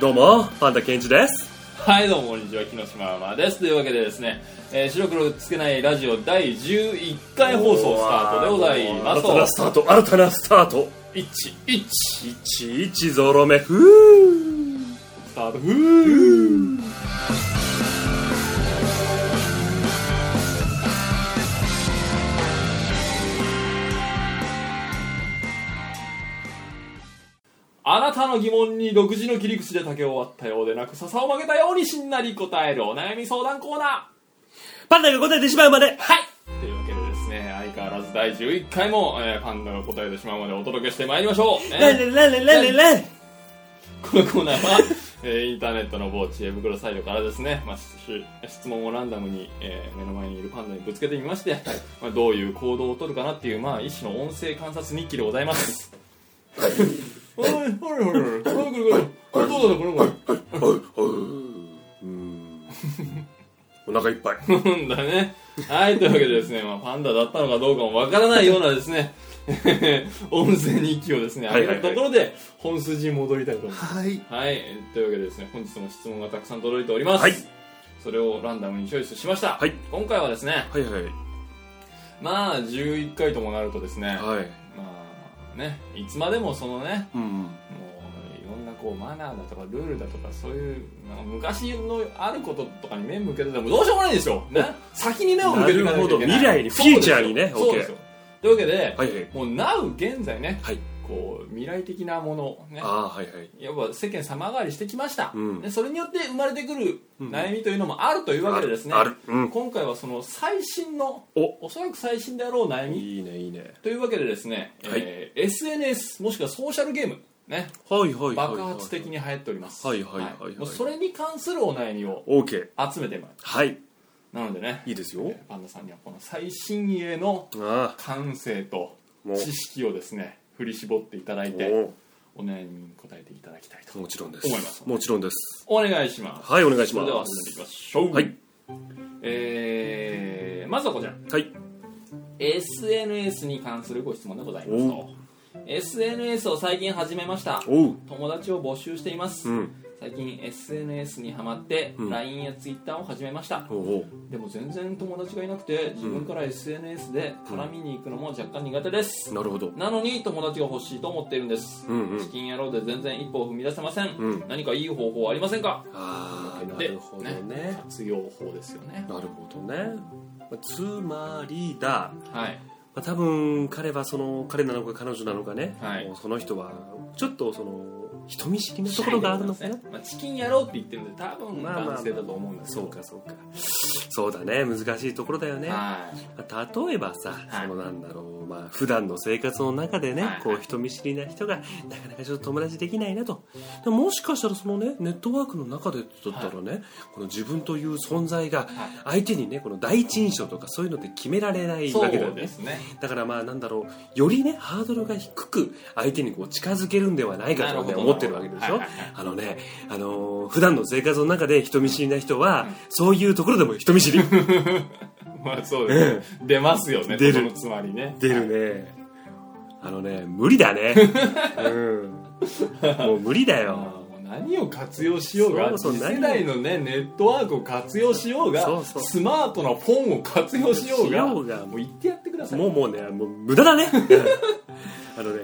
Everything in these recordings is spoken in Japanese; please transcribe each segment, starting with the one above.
どうもパンダケンイチですはいどうもこんにちは木下ママですというわけでですね、えー白黒つけないラジオ第11回放送スタートでございます新たなスタート新たなスタート11スいちいちゾロ目ふうタートふーあなたの疑問に独自の切り口で竹を割ったようでなく笹を曲げたようにしんなり答えるお悩み相談コーナーパンダが答えてしまうまではいというわけでですね相変わらず第11回も、えーパンダが答えてしまうまでお届けしてまいりましょう、えーレレレレレレレこのコーナーは、えーインターネットの某知恵袋サイトからですね、まあ、し質問をランダムに、えー目の前にいるパンダにぶつけてみまして、まあ、どういう行動をとるかなっていう、まあ、一種の音声観察日記でございますおいおいおいおいおいこれこれこれどうだろうこれこれお腹いっぱいうんだね。はい、というわけでですね、まあ、パンダだったのかどうかもわからないようなですね、 音声日記をですね、はい上はいはげいたところで、本筋に戻りたいと思います。はいはい、というわけでですね、本日も質問がたくさん届いております。はいそれをランダムにチョイスしました。はい今回はですね、はいはいまあ、11回ともなるとですね、はいまあ、ね、いつまでもそのね、うんもういろんなこうマナーだとかルールだとかそういうなんか昔のあることとかに目向けててもどうしようもないですよ、ね、先に目を向けていかなきゃいけなるほないど未来にそうフュですよーチャーにねそうですよというわけで、はいはいもう Now 現在ね、はいこう未来的なものねああーはいはいやっぱ世間様変わりしてきました、うんでそれによって生まれてくる悩みというのもあるというわけでですね、あるあるうん今回はその最新のおおそらく最新であろう悩みいいねいいねというわけでですね、はいえー SNS もしくはソーシャルゲームねはいはいはいはい爆発的に流行っておりますはいはいはいはいもうそれに関するお悩みを OK 集めてますはいなのでねいいですよパンダさんにはこの最新鋭のあ感性ともう知識をですね振り絞っていただいあてもお悩みに答えていただきたいとうもちろんです思いますもちろんですお願いしますはいお願いしそれではま進んでいきすましょうはいえーまずはこちらはい SNS に関するご質問でございますと SNS を最近始めましたおう友達を募集しています、うん最近 SNS にハマって、うん LINE や Twitter を始めましたおうおうでも全然友達がいなくて自分から SNS で絡みに行くのも若干苦手です、なるほどなのに友達が欲しいと思っているんです、うんうんチキン野郎で全然一歩を踏み出せません、うん何かいい方法はありませんかああなでるほどね活用法ですよねなるほどねまあつまりだはいまあ、多分彼はその彼なのか彼女なのかね、はいもうその人はちょっとその人見知りなところがあるのかな、まあ、チキン野郎って言ってるんで多分まあまあまあ男性だと思うんですけそどうかそうかそうだね難しいところだよね、はい例えばさ、はいそのなんだろうまあ普段の生活の中でね、はいこう人見知りな人がなかなかちょっと友達できないなとでももしかしたらそのねネットワークの中でだったらね、この自分という存在が相手にねこの第一印象とかそういうのって決められないそわうけだよねですね だからまあなんだろうよりねハードルが低く相手にこう近づけるんではないかと、なるほね、ど思ってるわけでしょ、はいはいはいあのね、あのー普段の生活の中で人見知りな人は、そういうところでも人見知りまあそうです、ね、出ますよね出るそのつまりね出るねあのね無理だ ねうんもう無理だよもう何を活用しようがそうそう次世代の、ね、ネットワークを活用しようがそうそうスマートなフォンを活用しようがしようがもう言ってやってくださいもうもうねもう無駄だねうんあのね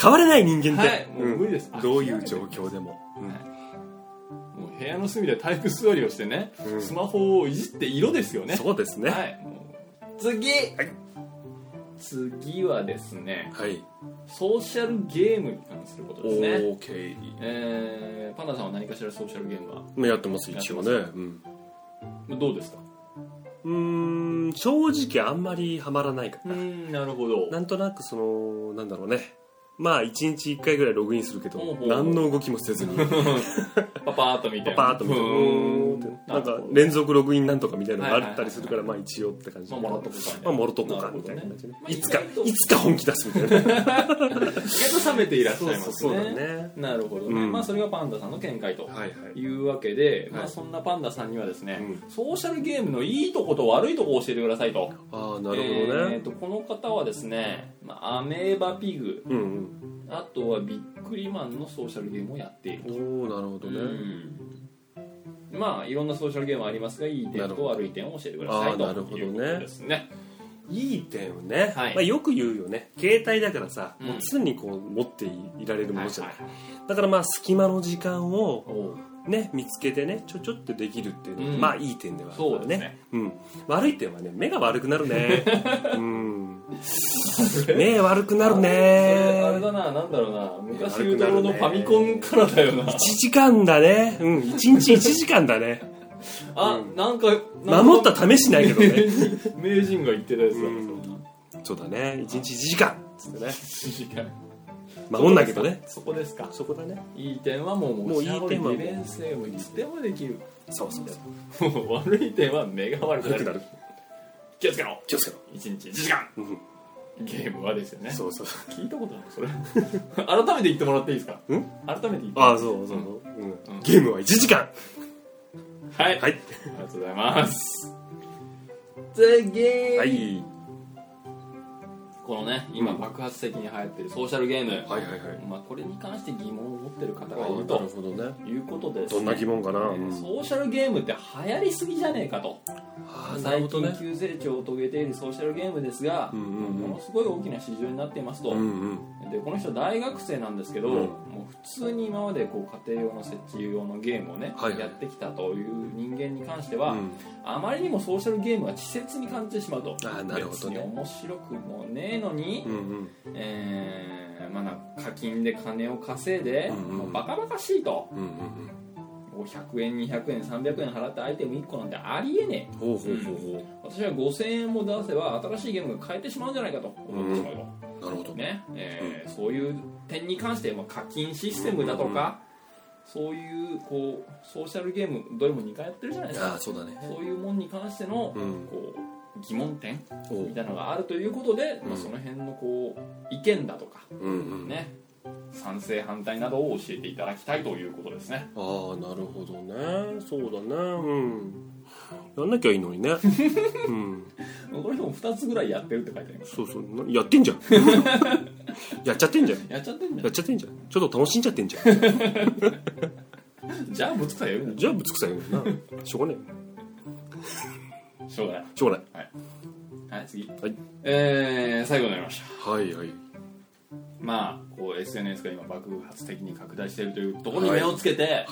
変われない人間って、はいもう無理ですんどういう状況でも、うんもう部屋の隅で体育座りをしてね、うんスマホをいじって色ですよねそうですねはい、もう次、はい次はですねはい、ソーシャルゲームに関することオですねー OK えー、パンダさんは何かしらソーシャルゲームはやってます一応ね、やうんどうですかうーん正直あんまりハマらないかうら、んなるほどなんとなくそのなんだろうねまあ1日1回ぐらいログインするけどほうほう何の動きもせずにパパーっと見てパーッと見てううーーんんってなんなるかほど連続ログインなんとかみたいなのがあったりするからまあ一応って感じまあもらっとこうかみたいなまあもらっとこうかみたいな感じねなるほどねいつかいつか本気出すみたいな意外と冷めていらっしゃいますねそうそうそうだねなるほどね、うんまあそれがパンダさんの見解とはいはいいうわけで、はいまあ、そんなパンダさんにはですね、うソーシャルゲームのいいとこと悪いとこを教えてくださいとあああなるほどえーね、とこの方はですね、まあ、アメーバピグうんあとはビックリマンのソーシャルゲームをやっているうんおおなるほとどね、うんまあいろんなソーシャルゲームはありますがいい点なるとほど悪い点を教えてくださいあーとなるほどねいうことですねいい点ね、はいまあ、よく言うよね携帯だからさ、うんもう常にこう持っていられるものじゃない、はいはいだからまあ隙間の時間をおうね見つけてねちょちょってできるっていうのは、うんまあいい点ではあるそうかでらすねねうん、悪い点はね目が悪くなる ねうん目悪くなるそれあれねだななんだろうな昔ウドロのファミコンからだよな1時間だねうん1日1時間だねあなんかなんか守った試しないけどね名人が言ってたやつだなう んそんなそうだね1日1時間つってね時間守んないけどねそこですかそこだねいい点はもうもういい点はもう利便性もいつでもできるそうそうそうもう悪い点は目が悪くな悪くるなる気をつけろ気をつけろ一日1時間うんゲームはですよねそうそう聞いたことないそれ 改めて言ってもらっていいですかん改めて言ってああそうそうそう、うんうんゲームは1時間はい、はいありがとうございます次、はいこのね今爆発的に流行ってるソーシャルゲーム、はいはいはいまあ、これに関して疑問を持ってる方あがいーるなるとほどねいうことです、どんな疑問かな、えうーんソーシャルゲームって流行りすぎじゃねえかとあーなるほ最ど近ね急成長を遂げているソーシャルゲームですが、うんうんうんものすごい大きな市場になっていますと、うんうんでこの人は大学生なんですけど、うんもう普通に今までこう家庭用の設置用のゲームをね、はいはいやってきたという人間に関しては、うんあまりにもソーシャルゲームは稚拙に感じてしまうとあーなるほどね別に面白くもねえのに、うんうんえーまあ、なんか課金で金を稼いで、うんうんもうバカバカしいとうんうんこう100円200円300円払ってアイテム1個なんてありえねえうんほうほうほうほう、私は5000円も出せば新しいゲームが変えてしまうんじゃないかと思ってしまうと。なるほどねねえーそういう点に関して、まあ、課金システムだとか、そういうこうソーシャルゲームどれも2回やってるじゃないですあかあそうだねそういうもんに関しての、うんこう疑問点おみうたいなのがあるということで、うんまあ、その辺のこう意見だとか、うんうんね、賛成反対などを教えていただきたいということですねああなるほどねそうだねうんやんなきゃいいのにねうんこの人も2つぐらいやってるって書いてありま すそうそうなやってんじゃ んやっちゃってんじゃんやっちゃってんじゃやっちゃってんじゃんちょっと楽しんじゃってんじゃんんじゃあぶつかやるじゃあぶつくさいよなしょうがねしょうがないえしょうがないはい次、はいえー最後になりましたはいはいまあ、こう SNS が今爆発的に拡大しているというところに目をつけてはいはい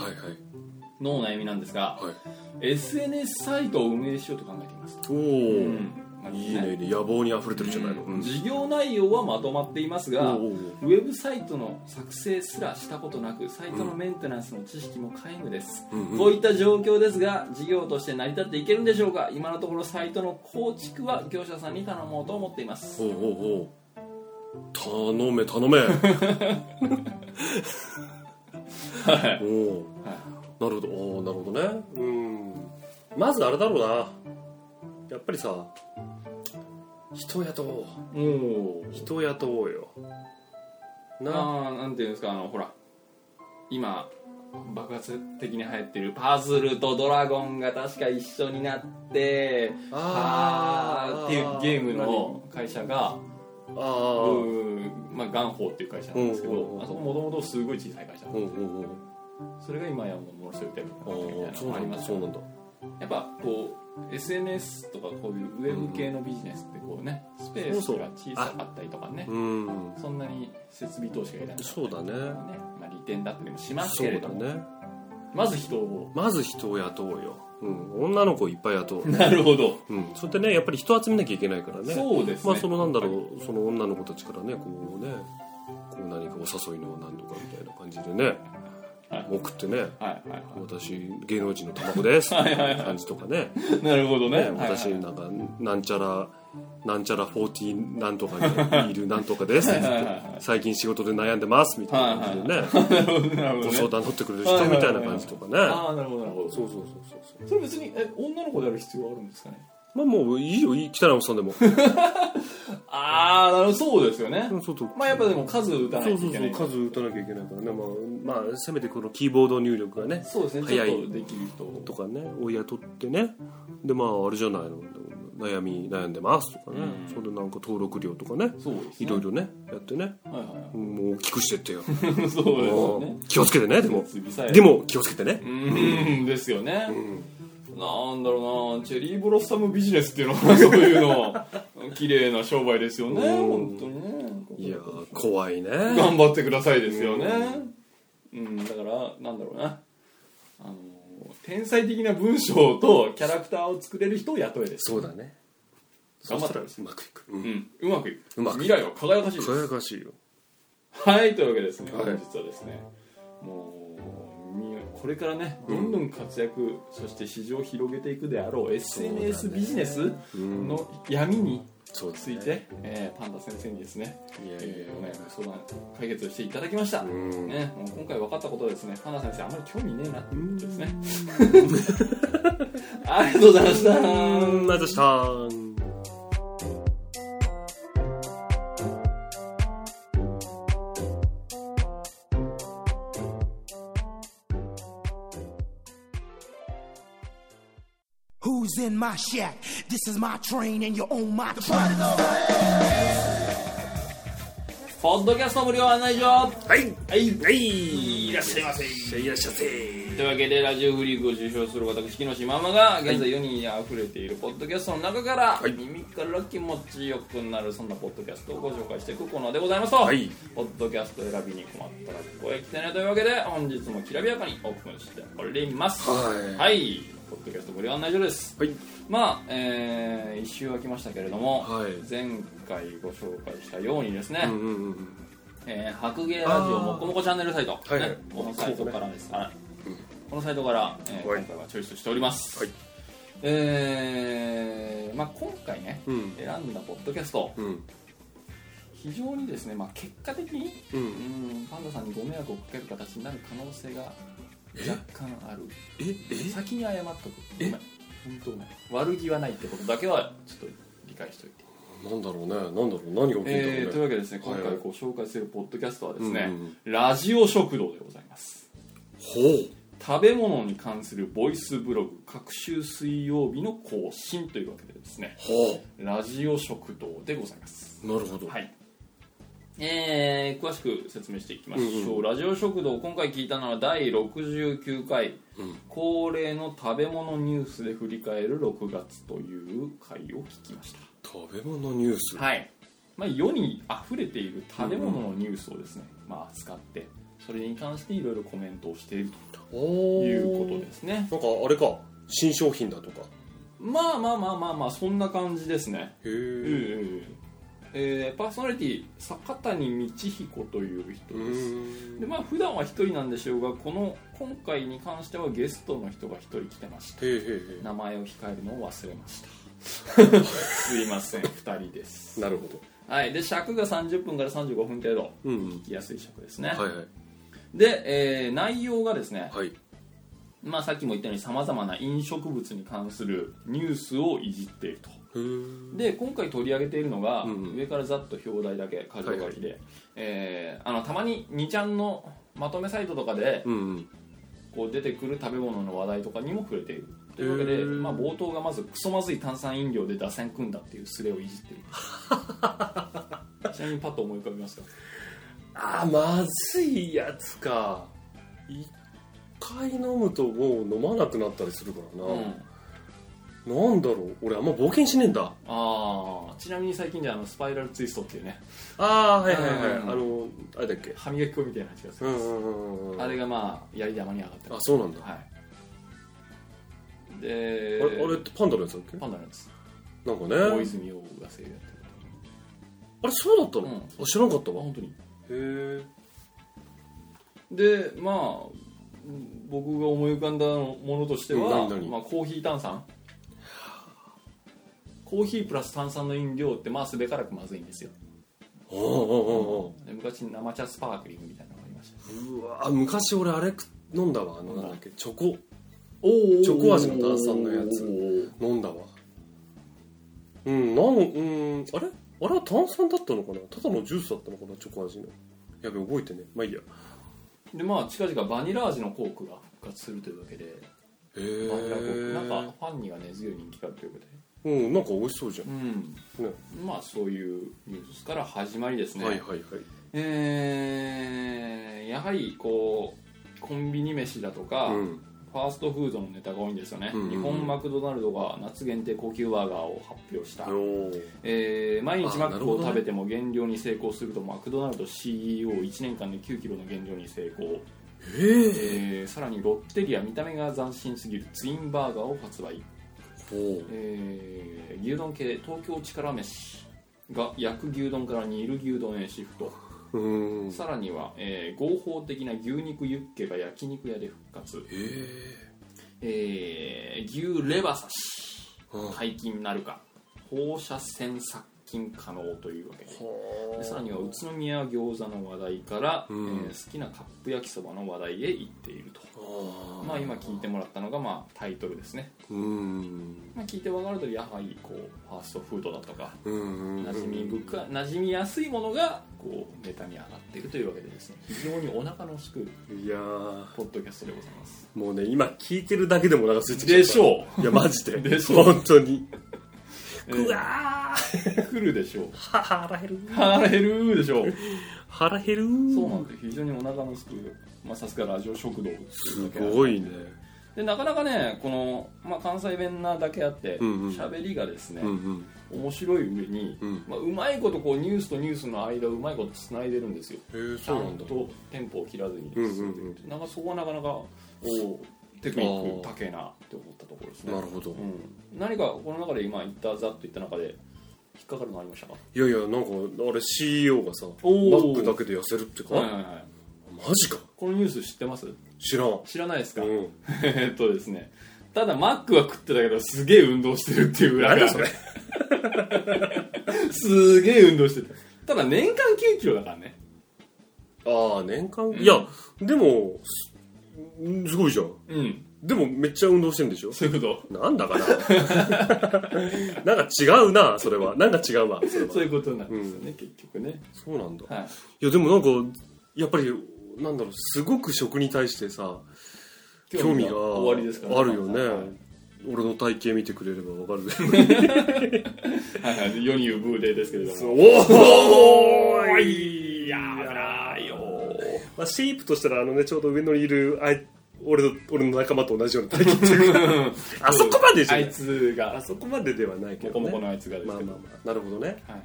のお悩みなんですが、はい SNS サイトを運営しようと考えています、おお、まあいいねいいね野望に溢れてるじゃないの、うん事業内容はまとまっていますおがうおうウェブサイトの作成すらしたことなくサイトのメンテナンスの知識も皆無です、うんうんこういった状況ですが事業として成り立っていけるんでしょうか今のところサイトの構築は業者さんに頼もうと思っていますおうおうおう頼め頼めはいおおなるほどおーなるほどねうんまずあれだろうなやっぱりさ人雇おうもう人雇おうよなあーなんていうんですかあのほら今爆発的に流行ってるパズルとドラゴンが確か一緒になってあーっていうゲームの会社あがーあうーーまあガンホーっていう会社なんですけうんうんうどんあそこもともとすごい小さい会社うんうんうんそれが今やもうものすごいデブあみーたいなそのうがなありんまだすそうなんだやっぱこう SNS とかこういうウェブ系のビジネスってこうねスペースが小さかったりとかねうんそんなに設備投資がいらないそうだねねまあ、利点だったりもしますそけれうどだも、ねまず人を まず人を雇おうよ、うん、女の子をいっぱい雇おう、なるほど、うん、それでねやっぱり人集めなきゃいけないからねそうですね、まあそのなんだろうその女の子たちからねこうねこう何かお誘いの何とかみたいな感じでね、はい送ってねはいはい私芸能人の卵ですみたいな感じとかねはいなるほどねね私なんかなんちゃらなんちゃら40なんとかにいるなんとかですって言っはいはいはいて最近仕事で悩んでますみたいな感じでねなるほどなるほどごね相談乗ってくれる人みたいな感じとかねああなるほどなるほどそうそうそうそうそうそれ別にえ女の子である必要はあるんですかねまあもういいよいい汚いおっさんで もああなるほどそうですよねそうそうそうまあやっぱでも数打たなそういとそいうけそないう数打たなきゃいけないからねまあ、まあ、せめてこのキーボード入力がねそうですね早いちょっとできる人とかねを雇ってねでまああれじゃないの悩み悩んでますとかね、うんそれでなんか登録料とかねそうですねいろいろねやってねはいはもう大きくしてってよい はいそうですよねもう気をつけてねでも次さえでも気をつけてねう、ーんですよね、うんなんだろうなチェリーブロッサムビジネスっていうのは そういうのは綺麗な商売ですよねうん本当にねいやー怖いね頑張ってくださいですよねうんだからなんだろうなあの天才的な文章とキャラクターを作れる人を雇えですそうだね頑張ったそうしたらうまくいく、う、うんんうまくいくうまくい未来は輝かしいです輝かしいよはいというわけですね、はい本日はですねもうみこれからねどんどん活躍、そして市場を広げていくであろう SNS ビジネスうんの闇にそうだねついて、えーパンダ先生にですね、いやいやいえやーお悩み相談解決をしていただきました、うんね、もう今回分かったことはですねパンダ先生あんまり興味ねえなっていうことですね ありがとうございましたうんありがとうございました Who's in my shack? This is my train and you're on my track. ポッドキャスト無料案内所ははいいはいいらっしゃいませいらっしゃいませというわけでラジオフリークを受賞する私木下ママが現在世にあふれているポッドキャストの中から、はい耳から気持ちよくなるそんなポッドキャストをご紹介していくコーナーでございますと、はいポッドキャスト選びに困ったらここへ来てねというわけで本日もきらびやかにオープンしておりますはいはいポッドキャストご了案内所ですはいまあ、え1週空きましたけれども、はい前回ご紹介したようにですね、うんうんうんうんえー白芸ラジオあーもこもこチャンネルサイト、いはいねこのサイトからですから、このサイトから、えーはい今回はチョイスしております、はいえーまあ、今回ね、うん選んだポッドキャストうん非常にですね、まあ、結果的にううんんパンダさんにご迷惑をかける形になる可能性が若干あるええ先に謝っとくごえめん本当ごめん悪気はないってことだけはちょっと理解しておいてなんだろうねなんだろう何が起きるんだろうね、えーというわけでですね今はいは回いご紹介するポッドキャストはですね、うんうんラジオ食堂でございますほ食べ物に関するボイスブログ各週水曜日の更新というわけでですねうほラジオ食堂でございますうなるほど、はいえー詳しく説明していきましょう、うんラジオ食堂今回聞いたのは第69回、うん恒例の食べ物ニュースで振り返る6月という回を聞きました食べ物ニュース、はい、まあ、世に溢れている食べ物のニュースをですね、まあ、扱ってそれに関していろいろコメントをしているとおーいうことですねなんかあれか新商品だとかまあまあまあまあまあそんな感じですねへええええーパーソナリティ坂谷道彦という人ですでまあ普段は1人なんでしょうがこの今回に関してはゲストの人が1人来てましたへえへえへ名前を控えるのを忘れました すいません2人ですえなるほどはいで尺が30分から35分程度うんうん聞きやすい尺ですね、はいはいで、えー内容がですね、はいまあ、さっきも言ったようにさまざまな飲食物に関するニュースをいじっているとへーで今回取り上げているのが、うん上からざっと表題だけ箇条書きで、えーあのたまに2ちゃんのまとめサイトとかでうんうんこう出てくる食べ物の話題とかにも触れているというわけで、へーまあ、冒頭がまずクソまずい炭酸飲料で打線組んだっていうスレをいじ っているちなみにパッと思い浮かびますかあーまずいやつか一回飲むともう飲まなくなったりするからな、うんなんだろう俺あんま冒険しねえんだあーちなみに最近ではあのスパイラルツイストっていうね ああーはいはいはい、うんあのあれだっけ歯磨き粉みたいなやつがすうるんんです、うんうんうんあれがまあやり玉に上がってあますそうなんだ、はいであれあれってパンダのやつだっけパンダのやつなんか大ね泉洋が声優やってるあれそうだったの、うんあ知らんかったあわへ本当にえでまあうん僕が思い浮かんだものとしては、うん何何まあ、コーヒー炭酸コーヒープラス炭酸の飲料ってまあすべからくまずいんですよああああで昔生茶スパークリングみたいなのがありましたうわ昔俺あれ食飲んだわあのなんだっけチョコおチョコ味の炭酸のやつ飲んだわうんなんうんあれあれは炭酸だったのかなただのジュースだったのかなチョコ味のやべ覚えてねまあいいやでまあ近々バニラ味のコークが復活するというわけでへバニラコークえなんかファンには根強い人気があるということでうんなんか美味しそうじゃん、うんねまあそういうニュースから始まりですね、はいはいはいえーやはりこうコンビニ飯だとか、うんファーストフードのネタが多いんですよね、うんうん日本マクドナルドが夏限定高級バーガーを発表した、おーえー毎日マッあなるクほをどね食べても減量に成功するとマクドナルド CEO1 年間で9キロの減量に成功、えええーさらにロッテリア見た目が斬新すぎるツインバーガーを発売、おーえー牛丼系東京力飯が焼く牛丼から煮る牛丼へシフトうんさらには、えー合法的な牛肉ユッケが焼肉屋で復活、えええー牛レバ刺しうん解禁なるか放射線殺菌可能というわけででさらには宇都宮餃子の話題から、うんえー好きなカップ焼きそばの話題へ行っていると、あまあ、今聞いてもらったのが、まあ、タイトルですね、うんまあ、聞いて分かるとやはりこうファーストフードだとかうんうんうん馴染み深馴染みやすいものがこうネタに上がっているというわけでですね非常にお腹のすくいやーポッドキャストでございますもうね今聞いてるだけでもお腹空いてきちゃったでしょいやマジででしょう本当にう、うわーえー来るでしょう腹減る腹減るでしょう腹減るそうなんです非常にお腹のすくまあさすがラジオ食堂すごいねでなかなかねこの、まあ、関西弁なだけあってうんうん喋、りがですね、うんうん面白い上に、うんまあ、うまいことこうニュースとニュースの間をうまいことつないでるんですよへえちゃんとテンポを切らずに進んでるっていうなんかそこはなかなかおうテクニック高えなって思ったところですねなるほどうん、何かこの中で今言ったざっと言った中で引っかかるのありましたかいやいやなんかあれ CEO がさバおーックだけで痩せるってかはいマはいはいジかこのニュース知ってます知らん知らないですか、うんえっとですねただマックは食ってたけどすげえ運動してるっていう裏何がだそれ すげえ運動してたただ年間9キロだからねああ年間いやでもすすごいじゃんうんでもめっちゃ運動してるんでしょそういうこなんだか ななんか違うなそれはなんか違うわそれとそはういうことなんですよね、結局ねそうなんだはいいやでもなんかやっぱりなんだろうすごく食に対してさ興味が終わりですからあるよね、はい俺の体型見てくれればわかるはいはい、世に言うブーレイですけれども おおーいやばいよーまあ、シェイプとしたらあのねちょうど上野にいるあい俺の俺の仲間と同じような体型っていうか あそこまでじゃあないいつあがそこまでではないけモど、コね、モコのあいつがですまあけど、まあまあなるほどねはい、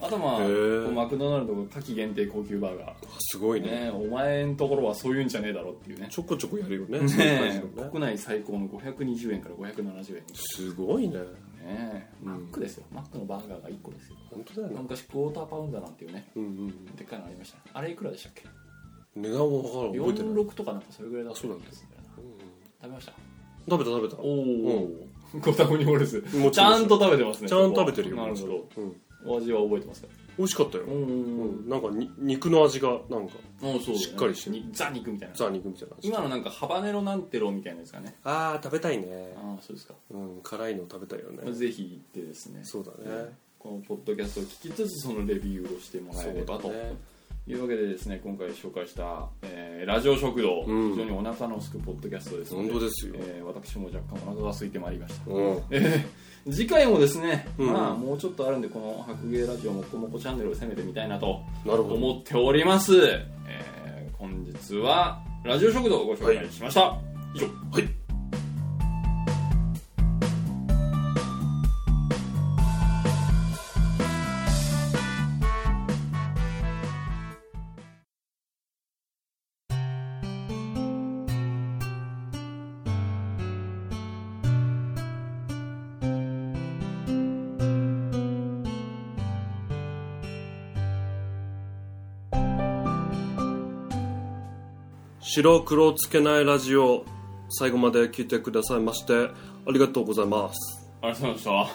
あとまあへーこうマクドナルドが夏季限定高級バーガすごいー、ね、お前んところはそういうんじゃねえだろっていうねちょこちょこやるよねそういう感じねのね国内最高の520円から570円ですごいねねマックですよマックのバーガーが1個ですよ本当だよね昔クォーターパウンダーなんていうねうんうんでっかいのありましたねあれいくらでしたっけ値段は分からん覚えてない46とかなんかそれぐらいだったような気がするんだよな食べました食べた食べたおお、ご多分に漏れずもちろんちゃんと食べてますねちゃんと食べてるよなるほどうん、お味は覚えてますか美味しかったよ、んううんん、なんかに肉の味がなんかうんそうだよねしっかりしてるにザ肉みたいなザ肉みたいな味今のなんかハバネロなんてろみたいなですかねああ食べたいねああそうですかうん辛いの食べたいよねぜひ行ってですねそうだねこのポッドキャストを聞きつつそのレビューをしてもらえればとねいうわけでですね今回紹介した、えーラジオ食堂、うん非常にお腹のすくポッドキャストですの本で当ですよ、えー私も若干お腹が空いてまいりましたうんえー次回もですね、うんまあもうちょっとあるんでこの白芸ラジオもこもこチャンネルを攻めてみたいなとなるほど思っております、えー本日はラジオ食堂をご紹介しました、以上はい白黒つけないラジオ最後まで聞いてくださいましてありがとうございますありがとうございまし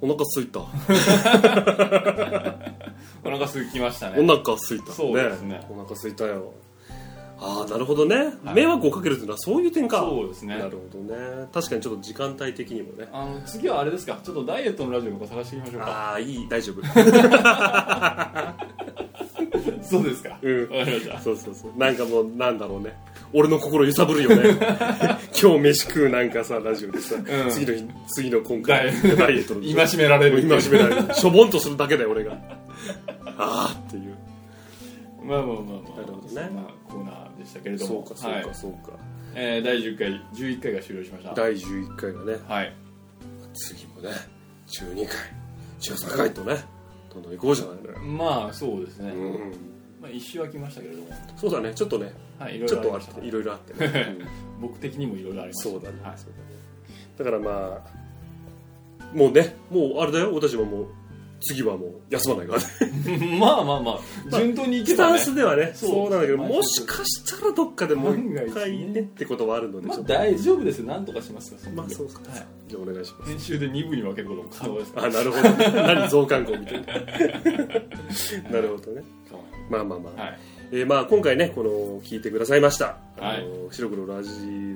お腹すいたおたお腹すきましたね腹すいたそうですねお腹すいたよああなるほどね、迷惑をかけるというのはそういう点かそうですねなるほどね確かにちょっと時間帯的にもねあの次はあれですかちょっとダイエットのラジオとか探していきましょうかああいい大丈夫そうですかうんわかりましたそうそうそうなんかもうなんだろうね俺の心揺さぶるよ ね今日飯食うなんかさラジオでさ、ん次の日次の今回ダイエダイエットの戒められる今しめられるしょぼんとするだけだよ俺がああっていうまあまあまあまあなるほどねそんなコーナーでしたけれどそもうかそうはいかそうか、えー第10回11回が終了しました第11回がねはい次もね12回13回とねどんどん行こうじゃないのよ、まあそうですね、うん、まあ、一周は来ましたけれどもそうだねちょっとねはいいろいちろょっとありあまっしたていろいろあってね、うん 僕的にもいろいろありましそたうだね,、はいそうだねだからまあもうねもうあれだよ私ももう次はもう休まない からねまあまあまあ順当にいけスタンばね、スではねそう そうなんだけどまあもしかしたらどっかでもう万が一一ね回ねってことはあるのでまちあょっと大丈夫ですよなんとかしますからその時まあそうかはいじゃあお願いします編集で2部に分けることも可能ですからあなるほど何増刊号みたいな なるほどね構わまあまあまあ、ないはいえーまあ今回ねこの聞いてくださいました、はいあの白黒ラジ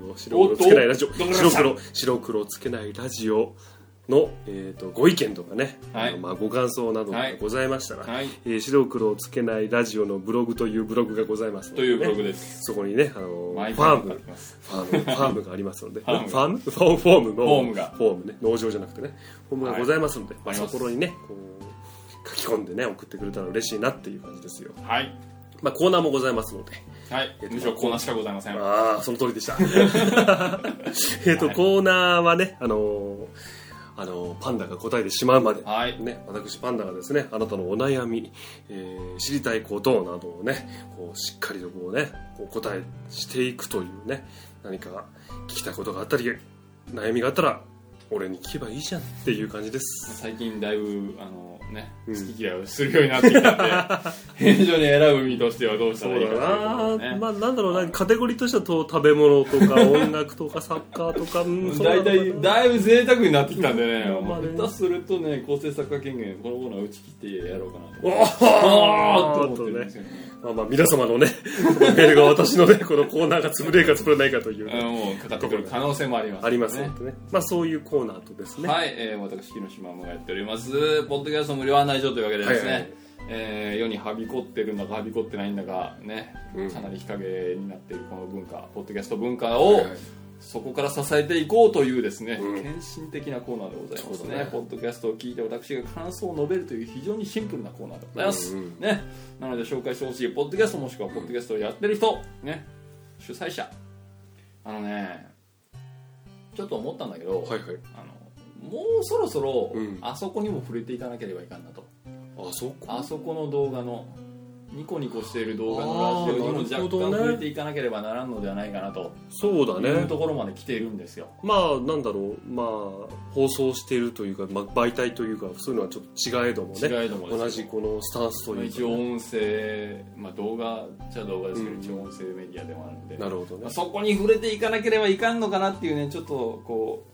オ白黒つけないラジオおっとどう白した黒白黒つけないラジオの、えー、とご意見とかね、はいまあ、ご感想などがございましたら、はいえー白黒つけないラジオのブログというブログがございますのでとね、いうブログですそこにね、あの毎ファ回ーム書きますファーム、ファームがありますので、ファームァームフォーフォームの、フォームがフォームね、農場じゃなくてね、フォームがございますので、はいまあそこにね、こう、書き込んでね、送ってくれたら嬉しいなっていう感じですよ。はいまあ、コーナーもございますので、はいむしろコーナーしかございませんはああ、その通りでした。えっと、コーナーはね、あのーあのーパンダが答えてしまうまで、はいね、私パンダがですね、あなたのお悩み、えー知りたいことなどをね、こうしっかりとこうね、こう答えしていくというね、何か聞きたいことがあったり、悩みがあったら、俺に聞けばいいじゃんっていう感じです。最近だいぶあのねうん好き嫌いをするようになってき たんで編集に選ぶ身としてはどうしたそらいいうかだというな、とこまあなんだろうな、カテゴリーとしてはと食べ物とか音楽とかサッカーとか、うんろそでうなねのかな大体だいぶ贅沢になってきたんでねうんまあね下手するとね構成作家権限このコーナー打ち切ってやろうかなとおーあっーっと思ってとるんねで。すよねまあまあ皆様のね、 メールが私のね、このコーナーが潰れるか潰れないかという、うんもうかかってくる可能性もありますありますのでね。まあそういうコーナーとですね。はい、えー、私、木下真がやっております、ポッドキャスト無料案内所というわけでですね、はいはいえー世にはびこってるんだかはびこってないんだか、ねうん、かなり日陰になっているこの文化、ポッドキャスト文化はをいはいそこから支えていこうというですね、うん献身的なコーナーでございますそうねだねポッドキャストを聞いて私が感想を述べるという非常にシンプルなコーナーでございます。うんうんね、なので紹介してほしい、ポッドキャストもしくはポッドキャストをやってる人、ね、主催者、あのね、ちょっと思ったんだけど、はいはい。あのもうそろそろ、うんあそこにも触れていかなければいかんなとあそこ。あそこの動画のニコニコしている動画のラジオにもあーなるほ若ど干ね触れていかなければならんのではないかなとそうだいねう。ところまで来ているんですよ、まあなんだろう、まあ放送しているというか、まあ媒体というか、そういうのはちょっと違えどもね。違えどもです同じこのスタンスとまあいう一か応ね。音声、まあ、動画じゃ動画ですけど、うん一応音声メディアでもあるんでなるほどまあね。そこに触れていかなければいかんのかなっていうねちょっとこ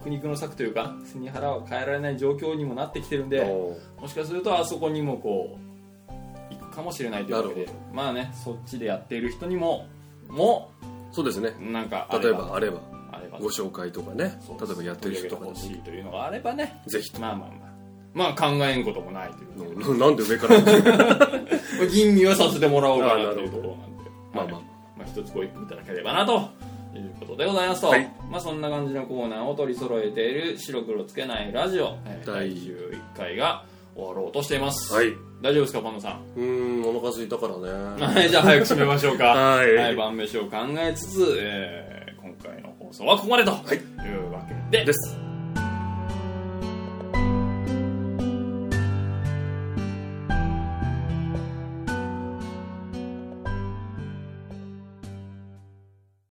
う苦肉の策というか背に腹は変えられない状況にもなってきてるんで、おーもしかするとあそこにもこう行くかもしれないというわけなでるまあねそっちでやっている人にももそうですね。なんかあ例れえばばあれば、あればご紹介とかね。そう例えばやってる人とか取り上げてほしでいというのがあればねもぜひと。まあまあまあまあ考えんこともないということ でななんで上から。まあ吟味はさせてもらおうかあなーとないるうほとどころなんでまあはいまあ。まあ、一つご一句いただければなということでございますと、はいまあ、そんな感じのコーナーを取り揃えている白黒つけないラジオ、えー第第11回が終わろうとしています、はい。大丈夫ですかパンダさん うーん、お腹空いたからね。はい、じゃあ早く締めましょう か。はい晩飯を考えつつ、えー今回の放送はここまでと、い、うわけでです。